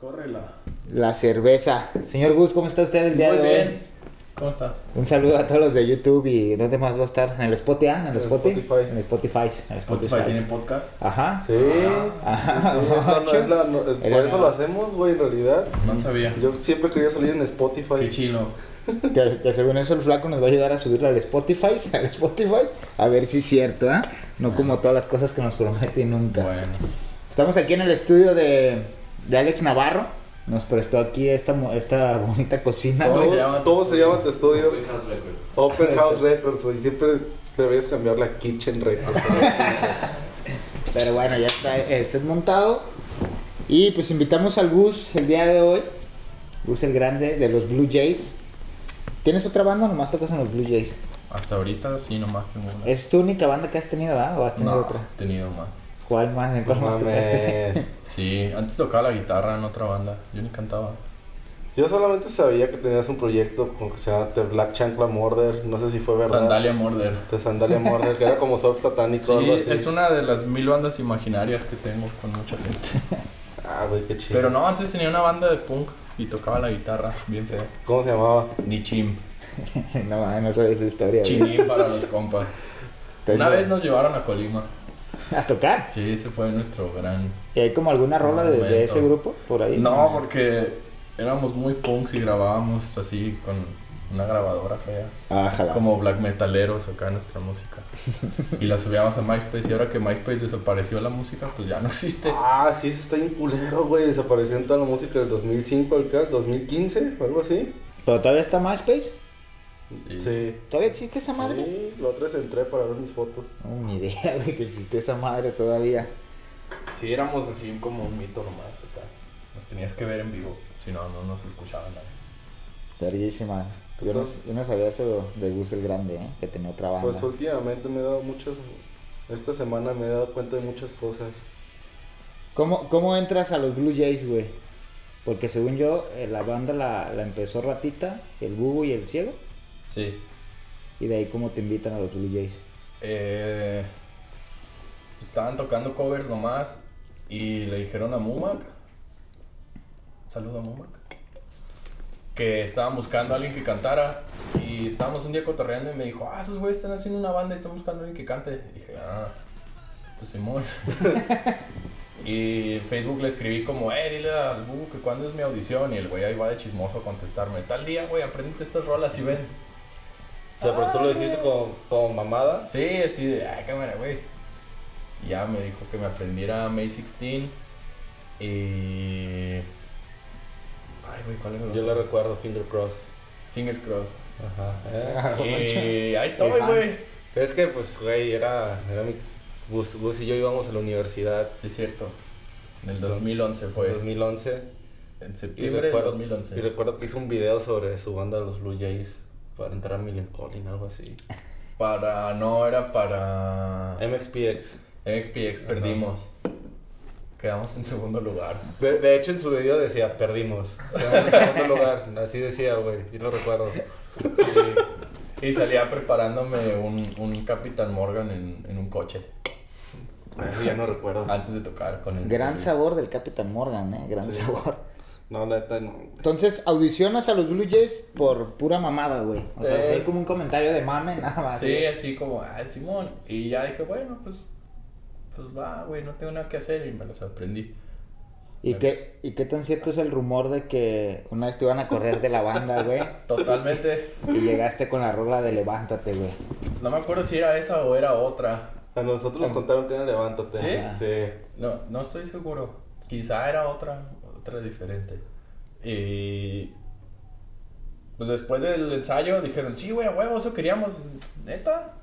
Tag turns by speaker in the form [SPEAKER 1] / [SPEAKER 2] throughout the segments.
[SPEAKER 1] Córrela.
[SPEAKER 2] La cerveza. Señor Gus, ¿cómo está usted el día
[SPEAKER 1] Muy
[SPEAKER 2] de
[SPEAKER 1] bien.
[SPEAKER 2] hoy?
[SPEAKER 1] ¿Cómo estás?
[SPEAKER 2] Un saludo a todos los de YouTube y ¿dónde más va a estar? ¿En el Spotify? ¿En el
[SPEAKER 3] el
[SPEAKER 2] Spotify?
[SPEAKER 3] Spotify.
[SPEAKER 2] En el Spotify. En el
[SPEAKER 1] Spotify tiene podcast.
[SPEAKER 2] Ajá.
[SPEAKER 3] Sí,
[SPEAKER 2] Ajá.
[SPEAKER 3] sí, esa no es la- no- es-
[SPEAKER 2] Era
[SPEAKER 3] por
[SPEAKER 2] nueva.
[SPEAKER 3] eso lo hacemos, güey, en realidad.
[SPEAKER 1] No sabía.
[SPEAKER 3] Yo siempre quería salir en Spotify.
[SPEAKER 1] Qué chilo.
[SPEAKER 2] Que, que según eso el flaco nos va a ayudar a subirla al Spotify, al Spotify, a ver si es cierto, ¿ah? No como todas las cosas que nos promete nunca.
[SPEAKER 1] Bueno.
[SPEAKER 2] Estamos aquí en el estudio de, de Alex Navarro. Nos prestó aquí esta, mo- esta bonita cocina.
[SPEAKER 1] ¿Cómo
[SPEAKER 2] güey.
[SPEAKER 1] se
[SPEAKER 3] todo,
[SPEAKER 1] llama tu
[SPEAKER 3] todo se llama tu estudio
[SPEAKER 4] Quick House Records.
[SPEAKER 3] Open House Records, güey. Siempre deberías cambiarla a Kitchen Records.
[SPEAKER 2] Pero bueno, ya está el set montado. Y pues invitamos al Gus el día de hoy. Gus el Grande de los Blue Jays. ¿Tienes otra banda o nomás tocas en los Blue Jays?
[SPEAKER 1] Hasta ahorita sí, nomás tengo una.
[SPEAKER 2] ¿Es tu única banda que has tenido, ah? ¿O has tenido
[SPEAKER 1] no,
[SPEAKER 2] otra?
[SPEAKER 1] he tenido más.
[SPEAKER 2] ¿Cuál más? ¿En cuál
[SPEAKER 3] No
[SPEAKER 2] más tocaste?
[SPEAKER 3] mames.
[SPEAKER 1] Sí, antes tocaba la guitarra en otra banda. Yo ni cantaba.
[SPEAKER 3] Yo solamente sabía que tenías un proyecto como que se llama The Black Chancla Murder. No sé si fue verdad.
[SPEAKER 1] Sandalia Morder.
[SPEAKER 3] De Sandalia Murder, que era como soft satánico o algo
[SPEAKER 1] Sí,
[SPEAKER 3] así.
[SPEAKER 1] es una de las mil bandas imaginarias que tengo con mucha gente.
[SPEAKER 3] Ah, güey, qué chido.
[SPEAKER 1] Pero no, antes tenía una banda de punk y tocaba la guitarra bien feo.
[SPEAKER 3] ¿Cómo se llamaba?
[SPEAKER 1] Ni chim.
[SPEAKER 2] no, mames, no sabía esa historia. güey.
[SPEAKER 1] Chinín para los compas.
[SPEAKER 2] Estoy
[SPEAKER 1] Una
[SPEAKER 2] mal.
[SPEAKER 1] vez nos llevaron a Colima.
[SPEAKER 2] ¿A tocar?
[SPEAKER 1] Sí, ese fue nuestro gran
[SPEAKER 2] ¿Y hay como alguna rola de, de
[SPEAKER 1] Momento.
[SPEAKER 2] ese grupo por ahí?
[SPEAKER 1] No, porque éramos muy punks y grabábamos así con una grabadora fea.
[SPEAKER 2] Ah, jala.
[SPEAKER 1] Como black metaleros acá nuestra música. Y la subíamos a MySpace y ahora que MySpace desapareció la música, pues ya no existe.
[SPEAKER 3] Ah, sí, eso está bien culero, güey. Desapareció en toda la música del 2005 al que- 2015 o algo así.
[SPEAKER 2] ¿Pero todavía está MySpace?
[SPEAKER 1] Sí.
[SPEAKER 3] Sí.
[SPEAKER 2] ¿Todavía existe esa madre?
[SPEAKER 3] Sí, la otra vez entré para ver mis fotos.
[SPEAKER 2] No, ni idea, güey, que existe esa madre todavía.
[SPEAKER 1] Sí, éramos así como un mito nomás acá. Nos tenías que ver en vivo, si no, no nos escuchaba nadie.
[SPEAKER 2] Verguísima. Yo no, yo no sabía eso de Gus el Grande, ¿eh? que tenía otra banda.
[SPEAKER 3] Pues últimamente me he dado muchas. Esta semana me he dado cuenta de muchas cosas.
[SPEAKER 2] ¿Cómo, ¿Cómo entras a los Blue Jays, güey? Porque según yo, eh, la banda la, la empezó Ratita, el Bubu y el Ciego.
[SPEAKER 1] Sí.
[SPEAKER 2] Y de ahí cómo te invitan a los Blue Jays.
[SPEAKER 1] Eh, estaban tocando covers nomás y le dijeron a Mumak, saludo a Mumak, que estaban buscando a alguien que cantara y estábamos un día cotorreando y me dijo, ah, esos güeyes están haciendo una banda y están buscando a alguien que cante. Y dije, ah, pues Simón. y en Facebook le escribí como, eh, dile al Bubu que cuándo es mi audición y el güey ahí va de chismoso a contestarme, tal día, güey, aprendiste estas rolas y ven.
[SPEAKER 3] O sea, pero tú lo dijiste como, como mamada.
[SPEAKER 1] Sí, así de, ah, cámara, güey. Y Ya me dijo que me aprendiera May 16. Y. Ay, güey, ¿cuál era? el otro?
[SPEAKER 3] recuerdo, Finger Cross.
[SPEAKER 1] Fingers crossed.
[SPEAKER 3] Ajá. ¿eh?
[SPEAKER 1] Y ahí estoy,
[SPEAKER 2] fans.
[SPEAKER 1] güey.
[SPEAKER 3] Es que, pues, güey, era, era mi. Gus, Gus y yo íbamos a la universidad
[SPEAKER 1] Sí, es cierto. En el 2011 fue.
[SPEAKER 3] 2011.
[SPEAKER 1] En
[SPEAKER 3] Y
[SPEAKER 1] septiembre del
[SPEAKER 3] recuerdo, y
[SPEAKER 1] 2011.
[SPEAKER 3] recuerdo que hizo un video sobre su banda Los Blue Jays para entrar a Millen Collin, algo así.
[SPEAKER 1] Para. No, era para.
[SPEAKER 3] Ah. Em. MXPX.
[SPEAKER 1] MXPX, perdimos. Quedamos en segundo lugar.
[SPEAKER 3] De, de hecho, en su video decía, perdimos. Quedamos en segundo lugar. Así decía, güey. Yo lo recuerdo.
[SPEAKER 1] Y salía preparándome un, un Capitán Morgan en, en un coche.
[SPEAKER 3] Eso ya no recuerdo.
[SPEAKER 1] Antes de tocar con el.
[SPEAKER 2] Gran sabor del Capitán Morgan, ¿eh? Gran sabor.
[SPEAKER 3] No, la neta, no.
[SPEAKER 2] Entonces, audicionas a los Blue Jays por pura mamada, güey. O sea,
[SPEAKER 1] Eh.
[SPEAKER 2] fue como un comentario de mame, nada más.
[SPEAKER 1] Sí, así como, ah, Simón. Y ya dije, bueno, pues, pues va, güey, no tengo nada que hacer y me los aprendí.
[SPEAKER 2] ¿Y qué, ¿Y qué tan cierto es el rumor de que una vez te iban a correr de la banda, güey?
[SPEAKER 1] Totalmente,
[SPEAKER 2] Y llegaste con la rola de Levántate, güey.
[SPEAKER 1] no me acuerdo si era esa o era otra.
[SPEAKER 3] A nosotros nos contaron que era Levántate.
[SPEAKER 1] ¿Sí?
[SPEAKER 3] Em. Sí.
[SPEAKER 1] No, no estoy seguro. Quizá era otra, otra diferente. Y... Pues después del ensayo dijeron, sí, güey, a huevo, eso queríamos. ¿Neta?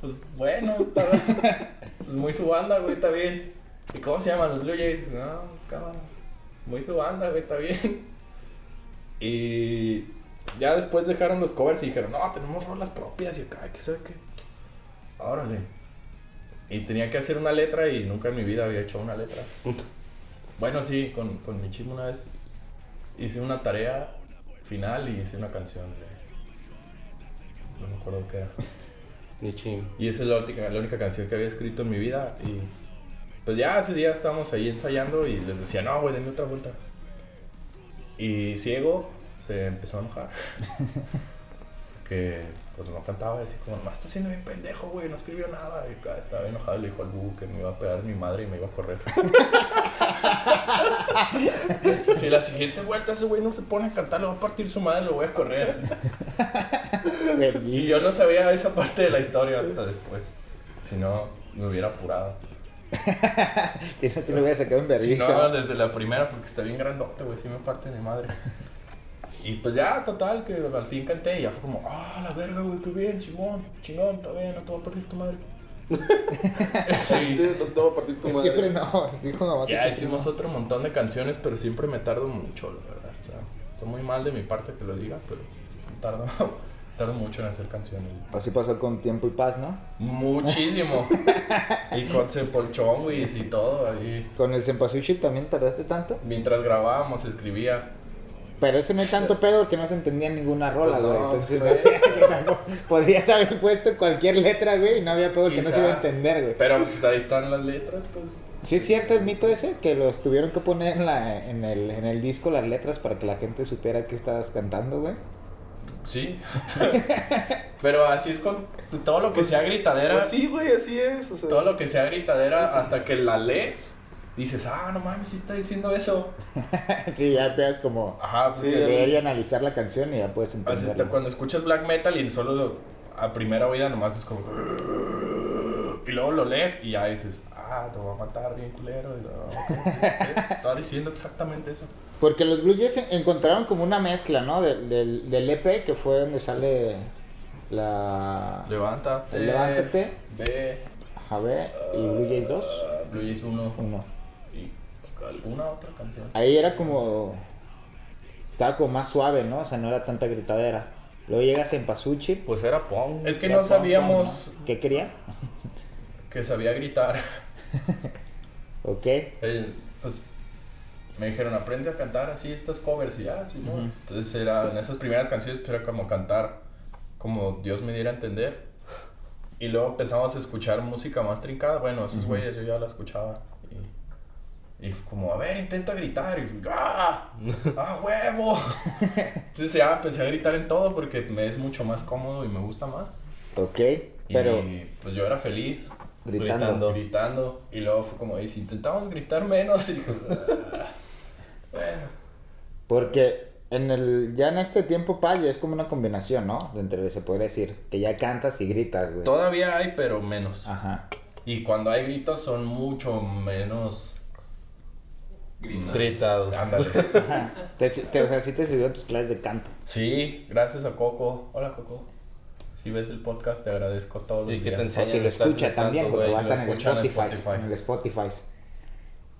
[SPEAKER 1] Pues bueno, está bien. Pues muy su banda, güey, está bien. ¿Y cómo se llaman los Blue Jays? No, cámara. Muy su banda, güey, está bien. Y ya después dejaron los covers y dijeron, no, tenemos rolas propias y acá, que sabe qué. Órale. Y tenía que hacer una letra y nunca en mi vida había hecho una letra. Bueno, sí, con, con mi chimo una vez hice una tarea final y hice una canción de- No me acuerdo qué era.
[SPEAKER 3] Ni chim.
[SPEAKER 1] Y esa es la última- la única canción que había escrito en mi vida. Y pues ya ese día estábamos ahí ensayando y les decía, no, güey, denme otra vuelta. Y Ciego se empezó a enojar. que pues no cantaba, decía como, más está siendo bien pendejo, güey, no escribió nada. Y acá estaba enojado, le dijo al Bubu que me iba a pegar mi madre y me iba a correr. si la siguiente vuelta ese güey no se pone a cantar, le va a partir su madre, lo voy a correr. Y yo no sabía esa parte de la historia hasta después. Si no, me hubiera apurado.
[SPEAKER 2] Si no, si me voy a sacar un
[SPEAKER 1] Si no,
[SPEAKER 2] vergüenza.
[SPEAKER 1] desde la primera, porque está bien grandote, güey, sí me parte de madre. Y pues ya, total, que al fin canté y ya fue como, ah, la verga, güey, qué bien, Simón, chingón, está bien, no te voy a partir tu madre.
[SPEAKER 5] Te
[SPEAKER 1] Y
[SPEAKER 5] te voy a partir tu madre.
[SPEAKER 2] Siempre no, dijo mamá que
[SPEAKER 1] ya
[SPEAKER 2] siempre
[SPEAKER 1] hicimos otro montón de canciones, pero siempre me tardo mucho, la verdad. o sea, está muy mal de mi parte que lo diga, pero tardo, tardo mucho en hacer canciones. güey.
[SPEAKER 2] no. Así pasó con tiempo y paz, ¿no?
[SPEAKER 1] Muchísimo. y con Sepolchón, güey, y todo ahí.
[SPEAKER 2] Con el Sempasushi también tardaste tanto.
[SPEAKER 1] Mientras grabábamos, escribía.
[SPEAKER 2] Pero ese no es tanto pedo que no se entendía ninguna rola,
[SPEAKER 1] Pues
[SPEAKER 2] güey.
[SPEAKER 1] no,
[SPEAKER 2] Entonces,
[SPEAKER 1] güey.
[SPEAKER 2] no- o sea, no- podrías haber puesto cualquier letra, güey, y no había pedo que no se
[SPEAKER 1] Quizá.
[SPEAKER 2] iba a entender, güey.
[SPEAKER 1] Pero pues ahí están las letras, pues.
[SPEAKER 2] Sí es cierto el mito ese, que los tuvieron que poner en, la, en, el, en el disco las letras para que la gente supiera qué estabas cantando, güey.
[SPEAKER 1] Sí. Pero así es con todo lo que sea gritadera.
[SPEAKER 5] Pues sí, güey, así es. O sea,
[SPEAKER 1] Todo lo que sea gritadera hasta que la lees. Dices, ah, no mames, sí está diciendo eso.
[SPEAKER 2] sí, ya te das como...
[SPEAKER 1] Ajá,
[SPEAKER 5] Sí,
[SPEAKER 1] porque
[SPEAKER 2] Te debería analizar la canción y ya puedes
[SPEAKER 1] Pues, este,
[SPEAKER 2] entender.
[SPEAKER 1] cuando escuchas black metal y solo lo- a primera oída nomás es como. Y luego lo lees y ya dices, ah, te voy a matar bien culero. Y luego, Estaba diciendo exactamente eso.
[SPEAKER 2] Porque los Blue Jays en- encontraron como una mezcla, ¿no? Del, del, del EP, que fue donde sale la...
[SPEAKER 1] Levántate.
[SPEAKER 2] Levántate.
[SPEAKER 1] Ve.
[SPEAKER 2] Jave y Blue Jays 2.
[SPEAKER 1] ah, Blue Jays 1.
[SPEAKER 2] Uno.
[SPEAKER 1] Y alguna otra canción.
[SPEAKER 2] Ahí era como... Estaba como más suave, ¿no? O sea, no era tanta gritadera. Luego llegas en Pasuchi.
[SPEAKER 3] Pues era Pong.
[SPEAKER 1] Es que no sabíamos
[SPEAKER 2] ¿Qué quería?
[SPEAKER 1] que sabía gritar.
[SPEAKER 2] Ok.
[SPEAKER 1] El- pues me dijeron, aprende a cantar así estas covers y ya, sí, ¿no? Entonces era, en esas primeras canciones pues, era como cantar como Dios me diera a entender. Y luego empezamos a escuchar música más trincada. Bueno, esos güeyes yo ya la escuchaba. Y, y fue como, a ver, intenta gritar. Y ¡ah! ¡Ah, huevo! Entonces ya empecé a gritar en todo porque me es mucho más cómodo y me gusta más.
[SPEAKER 2] Ok.
[SPEAKER 1] Y
[SPEAKER 2] Pero
[SPEAKER 1] pues yo era feliz
[SPEAKER 2] gritando.
[SPEAKER 1] gritando. Y luego fue como, y si intentamos gritar menos, y dijo, "Ah, bueno".
[SPEAKER 2] Porque en el, ya en este tiempo, pa, ya es como una combinación, ¿no? De entre, se podría decir, que ya cantas y gritas, güey.
[SPEAKER 1] Todavía hay, pero menos.
[SPEAKER 3] Ah.
[SPEAKER 2] Ajá.
[SPEAKER 1] Y cuando hay gritos son mucho menos...
[SPEAKER 3] Tritados.
[SPEAKER 1] Ándale.
[SPEAKER 2] Te, te- o sea, sí te sirvió tus clases de canto.
[SPEAKER 1] sí, gracias a Coco. Hola, Coco. Si ves el podcast, te agradezco todos los
[SPEAKER 3] ¿Y qué te
[SPEAKER 1] días.
[SPEAKER 3] enseñó?
[SPEAKER 2] O si lo
[SPEAKER 3] las clases
[SPEAKER 2] escucha
[SPEAKER 3] de
[SPEAKER 2] también,
[SPEAKER 3] canto,
[SPEAKER 2] porque
[SPEAKER 3] güey,
[SPEAKER 2] va a
[SPEAKER 1] si lo
[SPEAKER 2] estar en el
[SPEAKER 1] escucha en el
[SPEAKER 2] Spotify.
[SPEAKER 1] Spotify.
[SPEAKER 2] En el Spotify.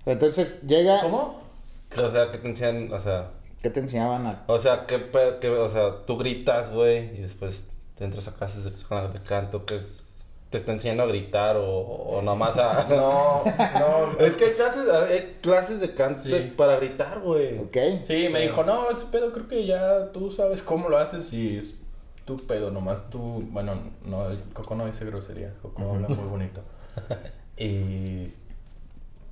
[SPEAKER 2] Entonces llega.
[SPEAKER 1] ¿Cómo?
[SPEAKER 3] O sea, que te enseñan, o sea,
[SPEAKER 2] ¿Qué te enseñaban a.?
[SPEAKER 3] o sea, que, pe- que- o sea, tú gritas, güey, y después te entras a clases de, con la de canto, que es, te está enseñando a gritar o, o nomás a...
[SPEAKER 1] No, no.
[SPEAKER 3] Es que hay clases, hay clases de canto
[SPEAKER 1] Sí.
[SPEAKER 3] de- para gritar, güey.
[SPEAKER 2] Ok.
[SPEAKER 1] Sí, me dijo, no, ese pedo creo que ya tú sabes cómo lo haces y es tu pedo, nomás tú, bueno, no, Coco no dice grosería, Coco habla muy bonito. y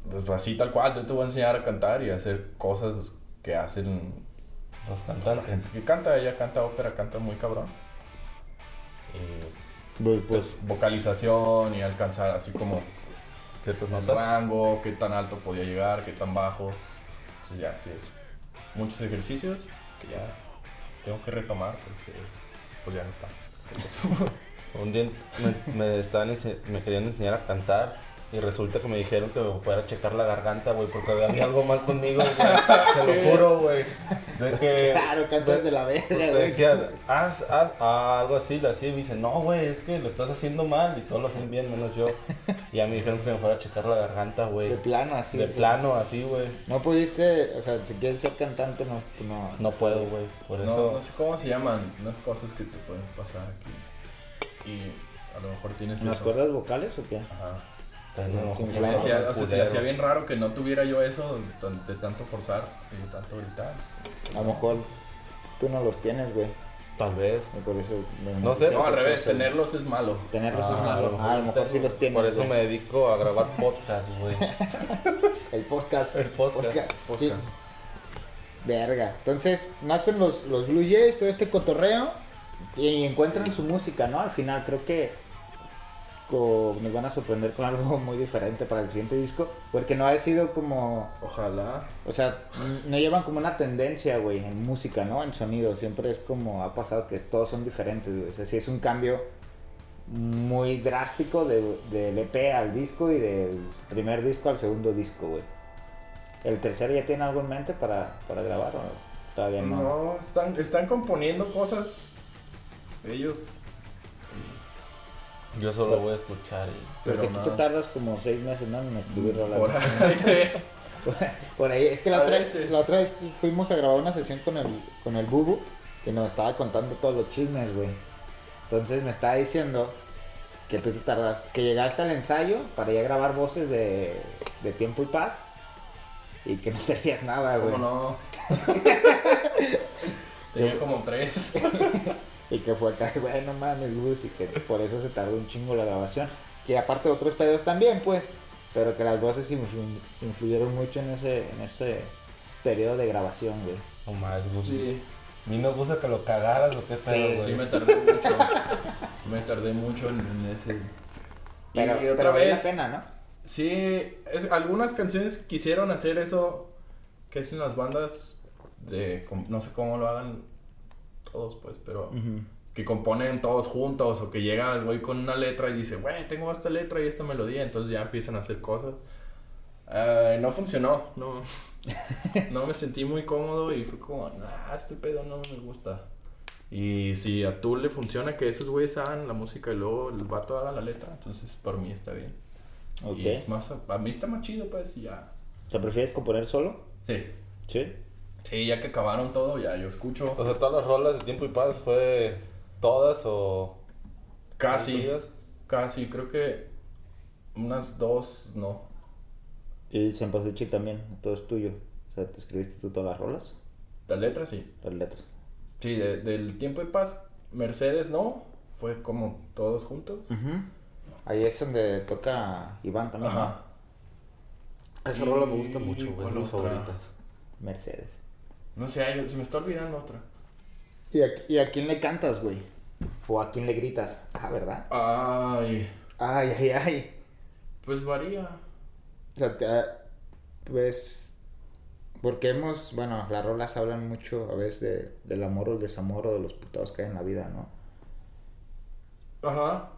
[SPEAKER 1] pues así tal cual, yo te voy a enseñar a cantar y a hacer cosas que hacen
[SPEAKER 3] Los
[SPEAKER 1] la
[SPEAKER 3] cantantes.
[SPEAKER 1] gente que canta, ella canta ópera, canta muy cabrón. Eh, Y
[SPEAKER 2] Pues,
[SPEAKER 1] pues vocalización y alcanzar así como
[SPEAKER 3] Ciertas
[SPEAKER 1] el
[SPEAKER 3] notas.
[SPEAKER 1] rango, qué tan alto podía llegar, qué tan bajo. Entonces ya, así es. Muchos ejercicios que ya tengo que retomar porque pues ya no está.
[SPEAKER 3] Un día me, me estaban ense- me querían enseñar a cantar y resulta que me dijeron que me fuera a checar la garganta, güey, porque había algo mal conmigo, güey. Te lo juro, güey. De que-
[SPEAKER 1] Ah,
[SPEAKER 2] Claro, cantas de la
[SPEAKER 3] Porque
[SPEAKER 2] verga, güey.
[SPEAKER 3] decía, haz, haz ah, algo así, lo hacía y me dice, no, güey, es que lo estás haciendo mal y todos lo hacen bien, menos yo. Y a mí me dijeron que me fuera a checar la garganta, güey.
[SPEAKER 2] De
[SPEAKER 3] De,
[SPEAKER 2] plano, así. o sea,
[SPEAKER 3] plano, así, güey.
[SPEAKER 2] No pudiste, o sea, si quieres ser cantante, no. pues, no.
[SPEAKER 3] No puedo, güey. Por
[SPEAKER 1] No,
[SPEAKER 3] eso.
[SPEAKER 1] no sé cómo se llaman unas cosas que te pueden pasar aquí. Y a lo mejor tienes
[SPEAKER 2] ¿En las
[SPEAKER 1] eso.
[SPEAKER 2] cuerdas vocales o qué?
[SPEAKER 1] Ajá.
[SPEAKER 3] Está en un ojo
[SPEAKER 2] Se me
[SPEAKER 1] Se me
[SPEAKER 3] culero,
[SPEAKER 1] hacía- o sea, se me
[SPEAKER 3] Ah, culero.
[SPEAKER 1] hacía bien raro que no tuviera yo eso tan- de tanto forzar y de tanto gritar.
[SPEAKER 2] A lo mejor tú no los tienes, güey.
[SPEAKER 3] Tal vez.
[SPEAKER 2] y Por eso.
[SPEAKER 3] No sé, pues,
[SPEAKER 1] No, al
[SPEAKER 3] Perfecto,
[SPEAKER 1] revés,
[SPEAKER 3] sí.
[SPEAKER 1] tenerlos es malo.
[SPEAKER 2] Tenerlos es
[SPEAKER 3] Ah,
[SPEAKER 2] malo. Ah, a lo mejor sí los tienes.
[SPEAKER 3] Por eso
[SPEAKER 2] güey.
[SPEAKER 3] me dedico a grabar podcast, güey.
[SPEAKER 2] El podcast.
[SPEAKER 3] El podcast.
[SPEAKER 2] Podcast.
[SPEAKER 3] Podcast.
[SPEAKER 2] Sí. Verga. Entonces, nacen los, los Blue Jays, todo este cotorreo. Y encuentran su música, ¿no? Al final, creo que co- nos van a sorprender con algo muy diferente para el siguiente disco. Porque no ha sido como.
[SPEAKER 1] Ojalá.
[SPEAKER 2] O sea, n- no llevan como una tendencia, güey, en música, ¿no? En sonido. Siempre es como ha pasado que todos son diferentes, güey. O sea, sí es un cambio muy drástico de- del EP al disco y del primer disco al segundo disco, güey. ¿El tercero ya tiene algo en mente para, para grabar o todavía no?
[SPEAKER 1] No, están, están componiendo cosas. Ellos.
[SPEAKER 3] Yo solo voy a escuchar y...
[SPEAKER 1] Pero
[SPEAKER 2] Porque tú te
[SPEAKER 1] nada.
[SPEAKER 2] tardas como seis meses ¿no? en escribir rolas.
[SPEAKER 1] Por ahí.
[SPEAKER 2] Por ahí, es que la
[SPEAKER 1] A
[SPEAKER 2] otra, vez,
[SPEAKER 1] veces.
[SPEAKER 2] la otra vez fuimos a grabar una sesión con el, con el Bubu y nos estaba contando todos los chismes, güey. Entonces me estaba diciendo que tú te tardaste, que llegaste al ensayo para ya grabar voces de, de Tiempo y Paz y que no traías nada, Ah, güey.
[SPEAKER 1] ¿Cómo no? Tenía como tres.
[SPEAKER 2] Y que fue acá, güey, no mames, Gus, y que por eso se tardó un chingo la grabación. Que aparte de otros pedos también, pues, pero que las voces influ- influyeron mucho en ese, en ese periodo de grabación, güey.
[SPEAKER 3] No más, Gus.
[SPEAKER 1] Sí,
[SPEAKER 3] A mí no gusta que lo cagaras o qué pedo,
[SPEAKER 2] Pues Sí,
[SPEAKER 3] güey.
[SPEAKER 1] sí, me tardé mucho. Me tardé mucho en, en ese. Y
[SPEAKER 2] Pero,
[SPEAKER 1] otra
[SPEAKER 2] pero vale
[SPEAKER 1] vez.
[SPEAKER 2] la pena, ¿no?
[SPEAKER 1] Sí, es- algunas canciones quisieron hacer eso que hacen las bandas de com- no sé cómo lo hagan todos pues, pero que componen todos juntos o que llega el güey con una letra y dice, güey, tengo esta letra y esta melodía, entonces ya empiezan a hacer cosas. Ah, no funcionó, no, no me sentí muy cómodo y fue como, nah, este pedo no me gusta. Y si a tú le funciona que esos güeyes hagan la música y luego el vato haga la letra, entonces por mí está bien.
[SPEAKER 2] Ok.
[SPEAKER 1] Y es más, a mí está más chido, pues, y ya.
[SPEAKER 2] O sea, ¿prefieres componer solo?
[SPEAKER 1] Sí.
[SPEAKER 2] Sí.
[SPEAKER 1] Sí, ya que acabaron todo, ya yo escucho.
[SPEAKER 3] O sea, todas las rolas de Tiempo y Paz fue todas o...
[SPEAKER 1] Casi,
[SPEAKER 3] ¿Todas?
[SPEAKER 1] casi, creo que unas dos, no.
[SPEAKER 2] Y Sempasuchi también, todo es tuyo. O sea, ¿te escribiste tú todas las rolas?
[SPEAKER 1] Las letras sí.
[SPEAKER 2] Las letras.
[SPEAKER 1] Sí, de- del tiempo de paz, Mercedes no. Fue como todos juntos.
[SPEAKER 2] Mm. Ahí es donde toca Iván también,
[SPEAKER 1] Ajá.
[SPEAKER 5] Esa
[SPEAKER 1] Y-
[SPEAKER 5] rola me gusta mucho, güey.
[SPEAKER 1] ¿cuál
[SPEAKER 5] Es de mis
[SPEAKER 1] otra?
[SPEAKER 5] favoritas.
[SPEAKER 2] ¿no? Mercedes.
[SPEAKER 1] No sé, ay, se me está olvidando otra.
[SPEAKER 2] ¿Y a, ¿Y a quién le cantas, güey? ¿O a quién le gritas? Ah, ¿verdad?
[SPEAKER 1] Ay,
[SPEAKER 2] Ay, ay, ay.
[SPEAKER 1] pues varía.
[SPEAKER 2] O sea, te- ah, pues... Porque hemos... Bueno, las rolas hablan mucho a veces de- del amor o el desamor o de los putados que hay en la vida, ¿no?
[SPEAKER 1] Ajá.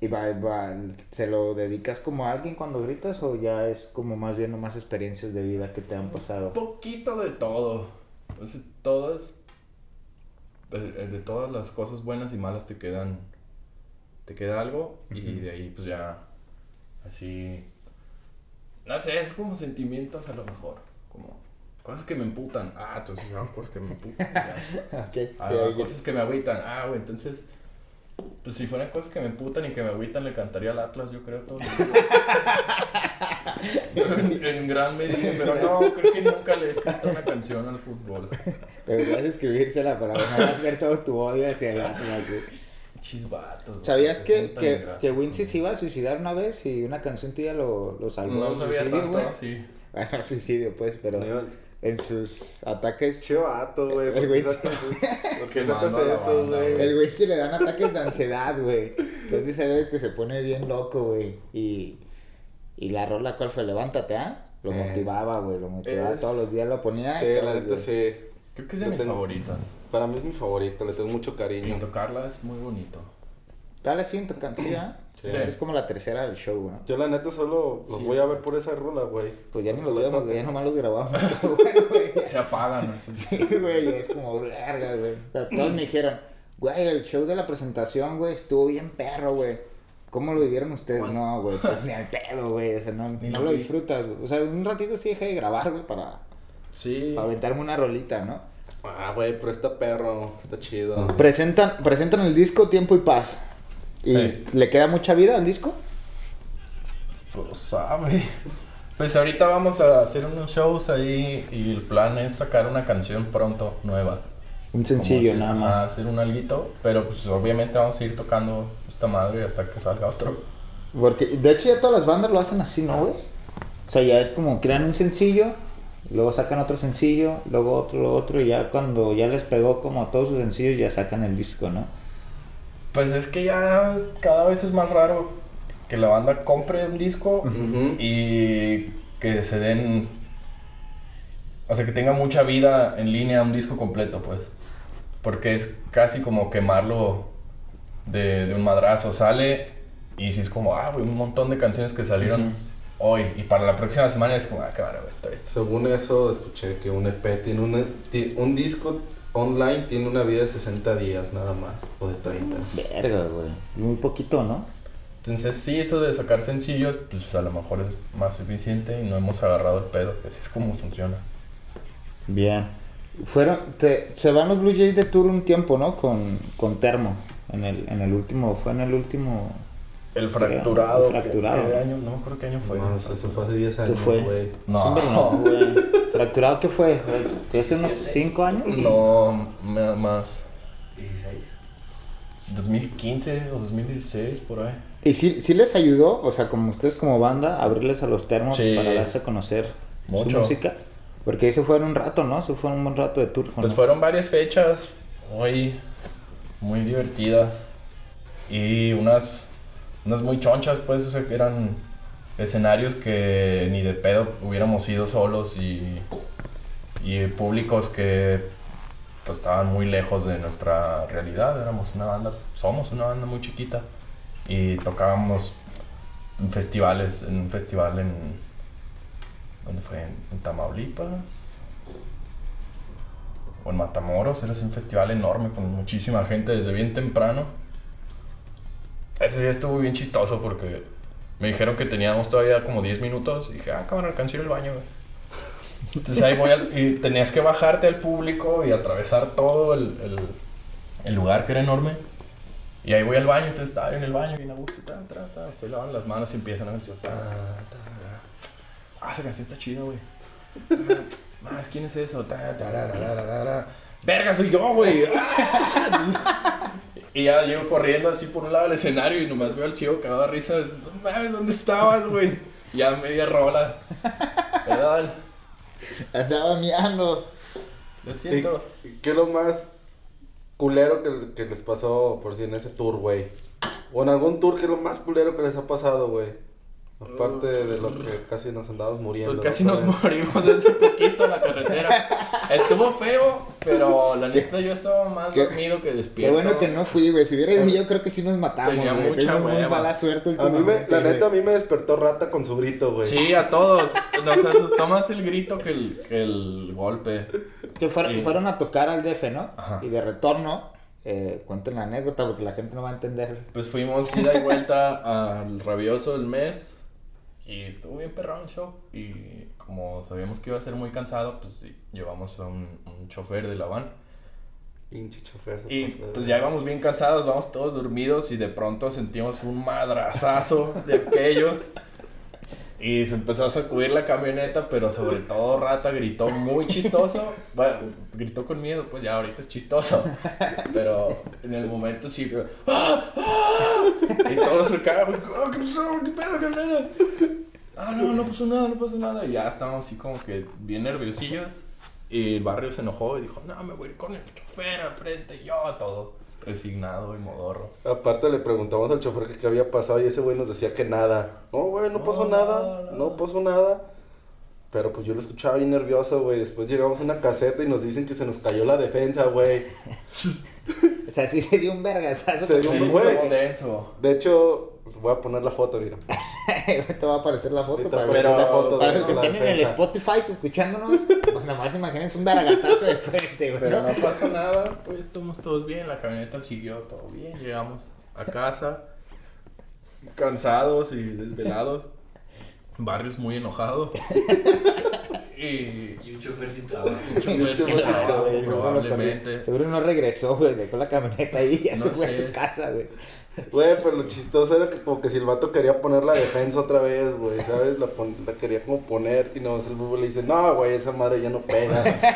[SPEAKER 2] ¿Y va, va- se lo dedicas como a alguien cuando gritas o ya es como más bien nomás experiencias de vida que te han pasado?
[SPEAKER 1] poquito de todo. O sea, todas. De, eh, de todas las cosas buenas y malas te quedan. Te queda algo y de ahí, pues ya. Así. No sé, es como sentimientos a lo mejor. Como. Cosas que me emputan. Ah, entonces hago cosas que me emputan. ya.
[SPEAKER 2] Ok, de
[SPEAKER 1] Ah,
[SPEAKER 2] ahí
[SPEAKER 1] cosas que me agüitan. Ah, güey, entonces. Pues si fueran cosas que me emputan y que me agüitan, le cantaría al Atlas, yo creo, todo. en, en gran medida, pero no, creo que nunca le he escrito una canción al fútbol.
[SPEAKER 2] ya- deberías escribírsela para dejar ver todo tu odio hacia el Atlas, güey.
[SPEAKER 1] Chisbatos.
[SPEAKER 2] ¿Sabías que,
[SPEAKER 1] son tan
[SPEAKER 2] que,
[SPEAKER 1] ingratos,
[SPEAKER 2] que
[SPEAKER 1] güey.
[SPEAKER 2] Wincy se iba a suicidar una vez y una canción tuya lo, lo salvó
[SPEAKER 1] No
[SPEAKER 2] del
[SPEAKER 1] sabía
[SPEAKER 2] suicidio,
[SPEAKER 1] tanto,
[SPEAKER 2] güey?
[SPEAKER 1] sí.
[SPEAKER 2] Bueno, suicidio, pues, pero
[SPEAKER 5] Mira,
[SPEAKER 2] en sus ataques...
[SPEAKER 5] Che vato, güey.
[SPEAKER 2] El
[SPEAKER 5] ¿por qué
[SPEAKER 2] güey-
[SPEAKER 5] sacas- ¿Por qué
[SPEAKER 1] Qué
[SPEAKER 5] sacas
[SPEAKER 1] mando a la
[SPEAKER 5] eso,
[SPEAKER 1] banda,
[SPEAKER 5] güey?
[SPEAKER 2] El Wincy le dan ataques de ansiedad, güey. Entonces sabes que se pone bien loco, güey. Y, y la rola cual fue Levántate, ¿ah? Lo
[SPEAKER 5] Eh.
[SPEAKER 2] motivaba, güey. Lo motivaba
[SPEAKER 5] Es-
[SPEAKER 2] todos los días, lo ponía. y
[SPEAKER 5] Sí,
[SPEAKER 2] todos
[SPEAKER 5] la
[SPEAKER 2] los
[SPEAKER 5] neta
[SPEAKER 2] días.
[SPEAKER 5] sí.
[SPEAKER 1] Creo que es de
[SPEAKER 5] Yo
[SPEAKER 1] mis
[SPEAKER 5] tengo-
[SPEAKER 1] favoritas.
[SPEAKER 5] Para mí es mi favorito, le tengo mucho
[SPEAKER 1] Y
[SPEAKER 5] cariño.
[SPEAKER 1] tocarla es muy bonito.
[SPEAKER 2] Dale siento canción.
[SPEAKER 1] Sí.
[SPEAKER 2] ¿ah? Es como la tercera del show, ¿no?
[SPEAKER 5] Yo la neta solo los
[SPEAKER 1] Sí,
[SPEAKER 5] voy
[SPEAKER 1] sí.
[SPEAKER 5] a ver por esa rola, güey.
[SPEAKER 2] Pues ya ni los vemos, güey. Ya nomás los grabamos. Pero bueno, güey.
[SPEAKER 1] Se apagan así.
[SPEAKER 2] Sí, güey, es como verga, güey. O sea, todos me dijeron, güey, el show de la presentación, güey, estuvo bien perro, güey. ¿Cómo lo vivieron ustedes? No, güey, pues ni al pedo, güey. O sea, no,
[SPEAKER 1] Ni
[SPEAKER 2] no
[SPEAKER 1] lo
[SPEAKER 2] lo
[SPEAKER 1] vi.
[SPEAKER 2] disfrutas, güey. O sea, un ratito sí dejé de grabar, güey, para,
[SPEAKER 1] Sí.
[SPEAKER 2] para aventarme una rolita, ¿no?
[SPEAKER 5] Ah, güey, pero está perro, está chido.
[SPEAKER 2] Presentan, presentan el disco Tiempo y Paz. ¿Y
[SPEAKER 1] Ey.
[SPEAKER 2] le queda mucha vida al disco?
[SPEAKER 1] Pues sabe. Pues ahorita vamos a hacer unos shows ahí y el plan es sacar una canción pronto nueva.
[SPEAKER 2] Un
[SPEAKER 1] Como
[SPEAKER 2] sencillo,
[SPEAKER 1] hacer-
[SPEAKER 2] nada
[SPEAKER 1] ah,
[SPEAKER 2] más.
[SPEAKER 1] Hacer un alguito, pero pues obviamente vamos a ir tocando esta madre hasta que salga otro.
[SPEAKER 2] Porque, de hecho, ya todas las bandas lo hacen así, ¿no, güey? O sea, ya es como crean un sencillo Luego sacan otro sencillo, luego otro, luego otro, y ya cuando ya les pegó como a todos sus sencillos, ya sacan el disco, ¿no?
[SPEAKER 1] Pues es que ya cada vez es más raro que la banda compre un disco
[SPEAKER 5] Ujú.
[SPEAKER 1] y que se den. O sea, que tenga mucha vida en línea un disco completo, pues. Porque es casi como quemarlo de, de un madrazo. Sale y si es como, ah, güey, un montón de canciones que salieron hoy. Y para la próxima semana es como, ah, qué bárbaro, está bien.
[SPEAKER 5] Según eso, escuché que un EP tiene una- ti- un disco online tiene una vida de 60 días nada más, o de 30.
[SPEAKER 2] Verga, güey. Muy poquito, ¿no?
[SPEAKER 1] Entonces, sí, eso de sacar sencillos, pues a lo mejor es más eficiente y no hemos agarrado el pedo. que Así es como funciona.
[SPEAKER 2] Bien. Fueron, te- se van los Blue Jays de tour un tiempo, ¿no? Con, con Termo. En el, en el último, fue en el último.
[SPEAKER 1] El fracturado.
[SPEAKER 2] El fracturado.
[SPEAKER 1] ¿qué- qué año? No me acuerdo qué año fue.
[SPEAKER 5] No, eso, eso fue hace 10
[SPEAKER 2] ¿Qué
[SPEAKER 5] años,
[SPEAKER 2] fue?
[SPEAKER 5] güey.
[SPEAKER 1] No.
[SPEAKER 2] Sí, hombre, no, güey. ¿Fracturado qué fue? ¿Qué hace unos 5 años?
[SPEAKER 1] No, ma- más.
[SPEAKER 6] 16.
[SPEAKER 1] 2015 o 2016, por ahí.
[SPEAKER 2] ¿Y sí, sí les ayudó, o sea, como ustedes como banda, abrirles a los termos
[SPEAKER 1] Sí.
[SPEAKER 2] para darse a conocer su
[SPEAKER 1] Mucho.
[SPEAKER 2] música? Porque eso fue en un rato, ¿no? Eso fue un buen rato de tour. ¿o
[SPEAKER 1] Pues
[SPEAKER 2] no?
[SPEAKER 1] fueron varias fechas muy, muy divertidas. Y unas, unas muy chonchas, pues, o sea, que eran escenarios que ni de pedo hubiéramos ido solos y, y públicos que pues, estaban muy lejos de nuestra realidad. Éramos una banda, somos una banda muy chiquita y tocábamos en festivales, en un festival en. ¿Dónde fue? En, en Tamaulipas o en Matamoros, era un festival enorme con muchísima gente desde bien temprano. Ese día estuvo bien chistoso porque me dijeron que teníamos todavía como 10 minutos y dije, ah, cabrón, alcancé ir al baño, güey. Entonces ahí voy al- y tenías que bajarte al público y atravesar todo el, el, el lugar que era enorme. Y ahí voy al baño, entonces estaba yo en el baño bien a gusto, ta, ta, ta, estoy lavando las manos y empieza una canción. ta, ta, ta. Ah, esa canción está chida, güey. Más, ¿quién es eso? Ta, ta, ra, ra, ra, ra, ra. Verga, soy yo, güey. ¡Ah! y ya llego corriendo así por un lado del escenario y nomás veo al ciego cagado de risa. No mames, ¿dónde estabas, güey? Ya media rola. Perdón,
[SPEAKER 2] Andaba miando.
[SPEAKER 1] lo
[SPEAKER 5] ¿Y
[SPEAKER 1] siento.
[SPEAKER 5] ¿Qué es lo más culero que, que les pasó por si en ese tour, güey? O en algún tour, ¿qué es lo más culero que les ha pasado, güey? Aparte de lo que casi nos andamos muriendo.
[SPEAKER 1] Uh. Pues casi
[SPEAKER 5] ¿no?
[SPEAKER 1] nos morimos hace poquito en la carretera. Estuvo feo, pero la neta yo estaba más
[SPEAKER 2] Qué-
[SPEAKER 1] dormido que despierto.
[SPEAKER 2] Qué bueno que no fui, güey. Si hubiera ido yo, creo que sí nos matamos,
[SPEAKER 1] Tenía
[SPEAKER 2] güey.
[SPEAKER 1] mucha
[SPEAKER 2] Tengo muy
[SPEAKER 1] hueva.
[SPEAKER 2] mala suerte
[SPEAKER 5] A mí me,
[SPEAKER 2] últimamente.
[SPEAKER 5] la neta, a
[SPEAKER 2] güey.
[SPEAKER 5] mí me despertó rata con su grito, güey.
[SPEAKER 1] Sí, a todos. Nos asustó más el grito que el, que el golpe.
[SPEAKER 2] Que fueron,
[SPEAKER 1] Sí.
[SPEAKER 2] fueron a tocar al DF, ¿no?
[SPEAKER 1] Ajá.
[SPEAKER 2] Y de retorno, eh, cuenten la anécdota porque la gente no va a entender.
[SPEAKER 1] Pues fuimos ida y vuelta al rabioso del mes y estuvo bien perrón el show. Y como sabíamos que iba a ser muy cansado, pues sí, llevamos a un, un chofer de la van.
[SPEAKER 5] Pinche chofer. se
[SPEAKER 1] Y
[SPEAKER 5] pasó de
[SPEAKER 1] pues
[SPEAKER 5] ver.
[SPEAKER 1] ya íbamos bien cansados, vamos todos dormidos y de pronto sentimos un madrazazo de aquellos. Y se empezó a sacudir la camioneta, pero sobre todo Rata gritó muy chistoso. Bueno, gritó con miedo, pues ya ahorita es chistoso. Pero en el momento sí, que, ¡Ah! ¡Ah! y todos se cagan, "Ah, ¿qué pasó? ¿Qué pedo, camioneta? Ah, no, no pasó nada, no pasó nada. Y ya estábamos así como que bien nerviosillos. Y el barrio se enojó y dijo, no, me voy a ir con el chofer al frente, yo todo resignado y modorro.
[SPEAKER 5] Aparte le preguntamos al chofer que qué había pasado y ese güey nos decía que nada. No, güey, no pasó
[SPEAKER 1] No,
[SPEAKER 5] nada,
[SPEAKER 1] nada.
[SPEAKER 5] no pasó nada. Pero pues yo lo escuchaba bien nervioso, güey. Después llegamos a una caseta y nos dicen que se nos cayó la defensa, güey.
[SPEAKER 2] O sea, sí se dio un vergazazo.
[SPEAKER 5] Se
[SPEAKER 2] con
[SPEAKER 5] dio
[SPEAKER 1] Sí,
[SPEAKER 5] un
[SPEAKER 2] un-
[SPEAKER 5] güey.
[SPEAKER 1] estuvo denso.
[SPEAKER 5] De hecho, voy a poner la foto, mira.
[SPEAKER 2] Te va a aparecer la foto
[SPEAKER 5] Ahorita
[SPEAKER 2] para
[SPEAKER 5] aparece
[SPEAKER 1] pero-
[SPEAKER 5] la foto
[SPEAKER 2] Para
[SPEAKER 5] de
[SPEAKER 2] los que
[SPEAKER 5] la
[SPEAKER 2] estén en el
[SPEAKER 5] defensa.
[SPEAKER 2] Spotify escuchándonos, pues nada más imagínense un vergazazo de frente, güey.
[SPEAKER 1] Pero
[SPEAKER 2] ¿no?
[SPEAKER 1] no pasó nada, pues estamos todos bien, la camioneta siguió todo bien, llegamos a casa cansados y desvelados. Barrios muy enojado. y
[SPEAKER 6] Y un chofer sin trabajo.
[SPEAKER 1] chofer sin
[SPEAKER 2] Seguro-
[SPEAKER 1] trabajo,
[SPEAKER 2] seguro no lo
[SPEAKER 1] Pues probablemente.
[SPEAKER 2] cambió. Seguro no regresó, güey. Dejó la camioneta ahí y ya se
[SPEAKER 1] No
[SPEAKER 2] fue a
[SPEAKER 1] sé.
[SPEAKER 2] su casa, güey.
[SPEAKER 5] Güey, pero lo chistoso era que como que si el vato quería poner la defensa otra vez, güey, ¿sabes? La, pon- la quería como poner y nomás el fútbol le dice, no, güey, esa madre ya no pega.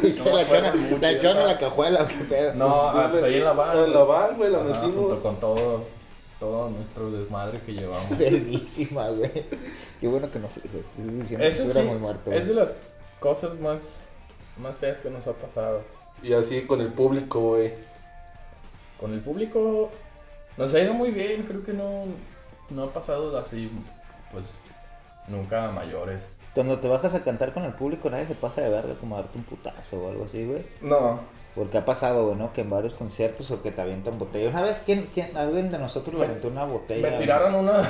[SPEAKER 2] Y que la
[SPEAKER 1] fueron
[SPEAKER 2] chona,
[SPEAKER 1] mucho,
[SPEAKER 2] la
[SPEAKER 1] ya
[SPEAKER 2] chona
[SPEAKER 1] está.
[SPEAKER 2] la cajuela, qué pedo.
[SPEAKER 1] No, ah, pues ahí en la van.
[SPEAKER 5] En la van, güey, la
[SPEAKER 1] Ajá,
[SPEAKER 5] metimos.
[SPEAKER 1] junto con todo. todo nuestro desmadre que llevamos.
[SPEAKER 2] Verguísima, güey. Qué bueno que no fui, güey. Estoy diciendo que
[SPEAKER 1] Eso
[SPEAKER 2] estuviéramos
[SPEAKER 1] sí,
[SPEAKER 2] muertos.
[SPEAKER 1] es de
[SPEAKER 2] güey.
[SPEAKER 1] las cosas más, más feas que nos ha pasado.
[SPEAKER 5] Y así con el público, güey.
[SPEAKER 1] Con el público nos ha ido muy bien, creo que no, no ha pasado así, pues, nunca a mayores.
[SPEAKER 2] Cuando te bajas a cantar con el público, nadie se pasa de verga como a darte un putazo o algo así, güey.
[SPEAKER 1] No,
[SPEAKER 2] Porque ha pasado, güey, ¿no? Que en varios conciertos o que te avientan botella. Una vez, ¿quién, quién, alguien de nosotros le
[SPEAKER 1] Me-
[SPEAKER 2] aventó una botella.
[SPEAKER 1] me
[SPEAKER 2] güey?
[SPEAKER 1] tiraron una...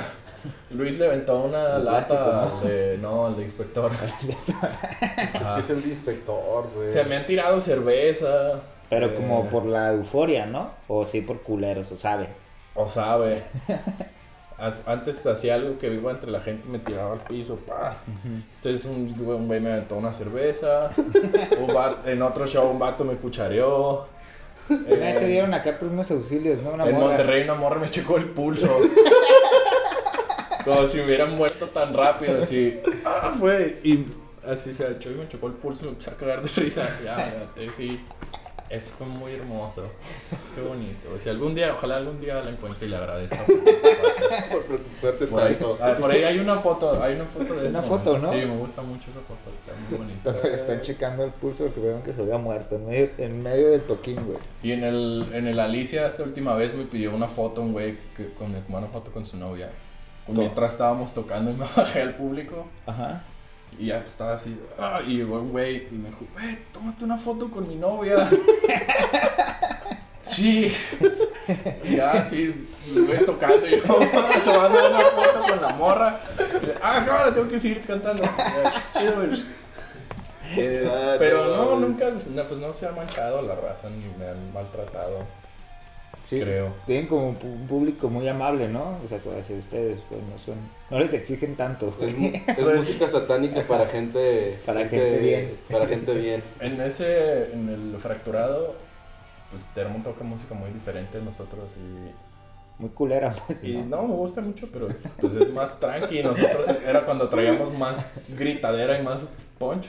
[SPEAKER 1] Luis le aventó una
[SPEAKER 2] De
[SPEAKER 1] lata
[SPEAKER 2] plástico, ¿no?
[SPEAKER 1] de... No, el de inspector.
[SPEAKER 5] Es que es el inspector, güey.
[SPEAKER 1] Se me han tirado cerveza.
[SPEAKER 2] Pero
[SPEAKER 1] eh,
[SPEAKER 2] como por la euforia, ¿no? O sí por culeros, o sabe.
[SPEAKER 1] O sabe. As- Antes hacía algo que iba entre la gente y me tiraba al piso. pa. Entonces un güey un güey me aventó una cerveza. un va- en otro show un vato me cuchareó.
[SPEAKER 2] Una vez
[SPEAKER 1] Eh,
[SPEAKER 2] te este dieron acá primeros auxilios, ¿no? Una
[SPEAKER 1] en
[SPEAKER 2] morra.
[SPEAKER 1] Monterrey una morra me checó el pulso. Como si hubiera muerto tan rápido, así. Ah, fue. Y así se echó y me chocó el pulso y me empecé a cagar de risa. Ya, ya, te sí. Eso fue muy hermoso. Qué bonito. Si algún día, ojalá algún día la encuentre y le agradezca.
[SPEAKER 5] Por preocuparte
[SPEAKER 1] Por ahí,
[SPEAKER 5] tanto.
[SPEAKER 1] ah, por ahí hay una foto, hay una foto de
[SPEAKER 2] Es
[SPEAKER 1] ese
[SPEAKER 2] una foto,
[SPEAKER 1] momento.
[SPEAKER 2] ¿no?
[SPEAKER 1] Sí, me gusta mucho esa foto, está muy bonita.
[SPEAKER 2] Entonces le están checando el pulso porque vieron que se había muerto en medio, en medio del toquín, güey.
[SPEAKER 1] Y en el, en el Alicia, esta última vez me pidió una foto, un güey, que- con me tomó una foto con su novia. Mientras estábamos tocando y me bajé al público.
[SPEAKER 2] Ajá.
[SPEAKER 1] Y ya pues, estaba así, ah, y llegó un güey y me dijo, eh, tómate una foto con mi novia. sí. Y ya, sí, los güeyes tocando y yo tomando una foto con la morra. Y le, ah, claro, tengo que seguir cantando. Ya, Chido, güey. Eh,
[SPEAKER 5] Ah,
[SPEAKER 1] pero
[SPEAKER 5] no,
[SPEAKER 1] no,
[SPEAKER 5] güey.
[SPEAKER 1] nunca, no, pues no se ha manchado la raza ni me han maltratado.
[SPEAKER 2] Sí.
[SPEAKER 1] Creo.
[SPEAKER 2] Tienen como un pu- un público muy amable, ¿no? O sea, como decir ustedes, pues no son. No les exigen tanto,
[SPEAKER 5] Es,
[SPEAKER 2] güey.
[SPEAKER 5] mu- es música satánica para gente.
[SPEAKER 2] Para gente bien.
[SPEAKER 5] Para gente bien.
[SPEAKER 1] En ese, en el fracturado, pues tenemos un toque de música muy diferente nosotros y
[SPEAKER 2] Muy culera, pues.
[SPEAKER 1] Y
[SPEAKER 2] ¿no?
[SPEAKER 1] no, me gusta mucho, pero pues es más tranqui. Nosotros era cuando traíamos más gritadera y más punch.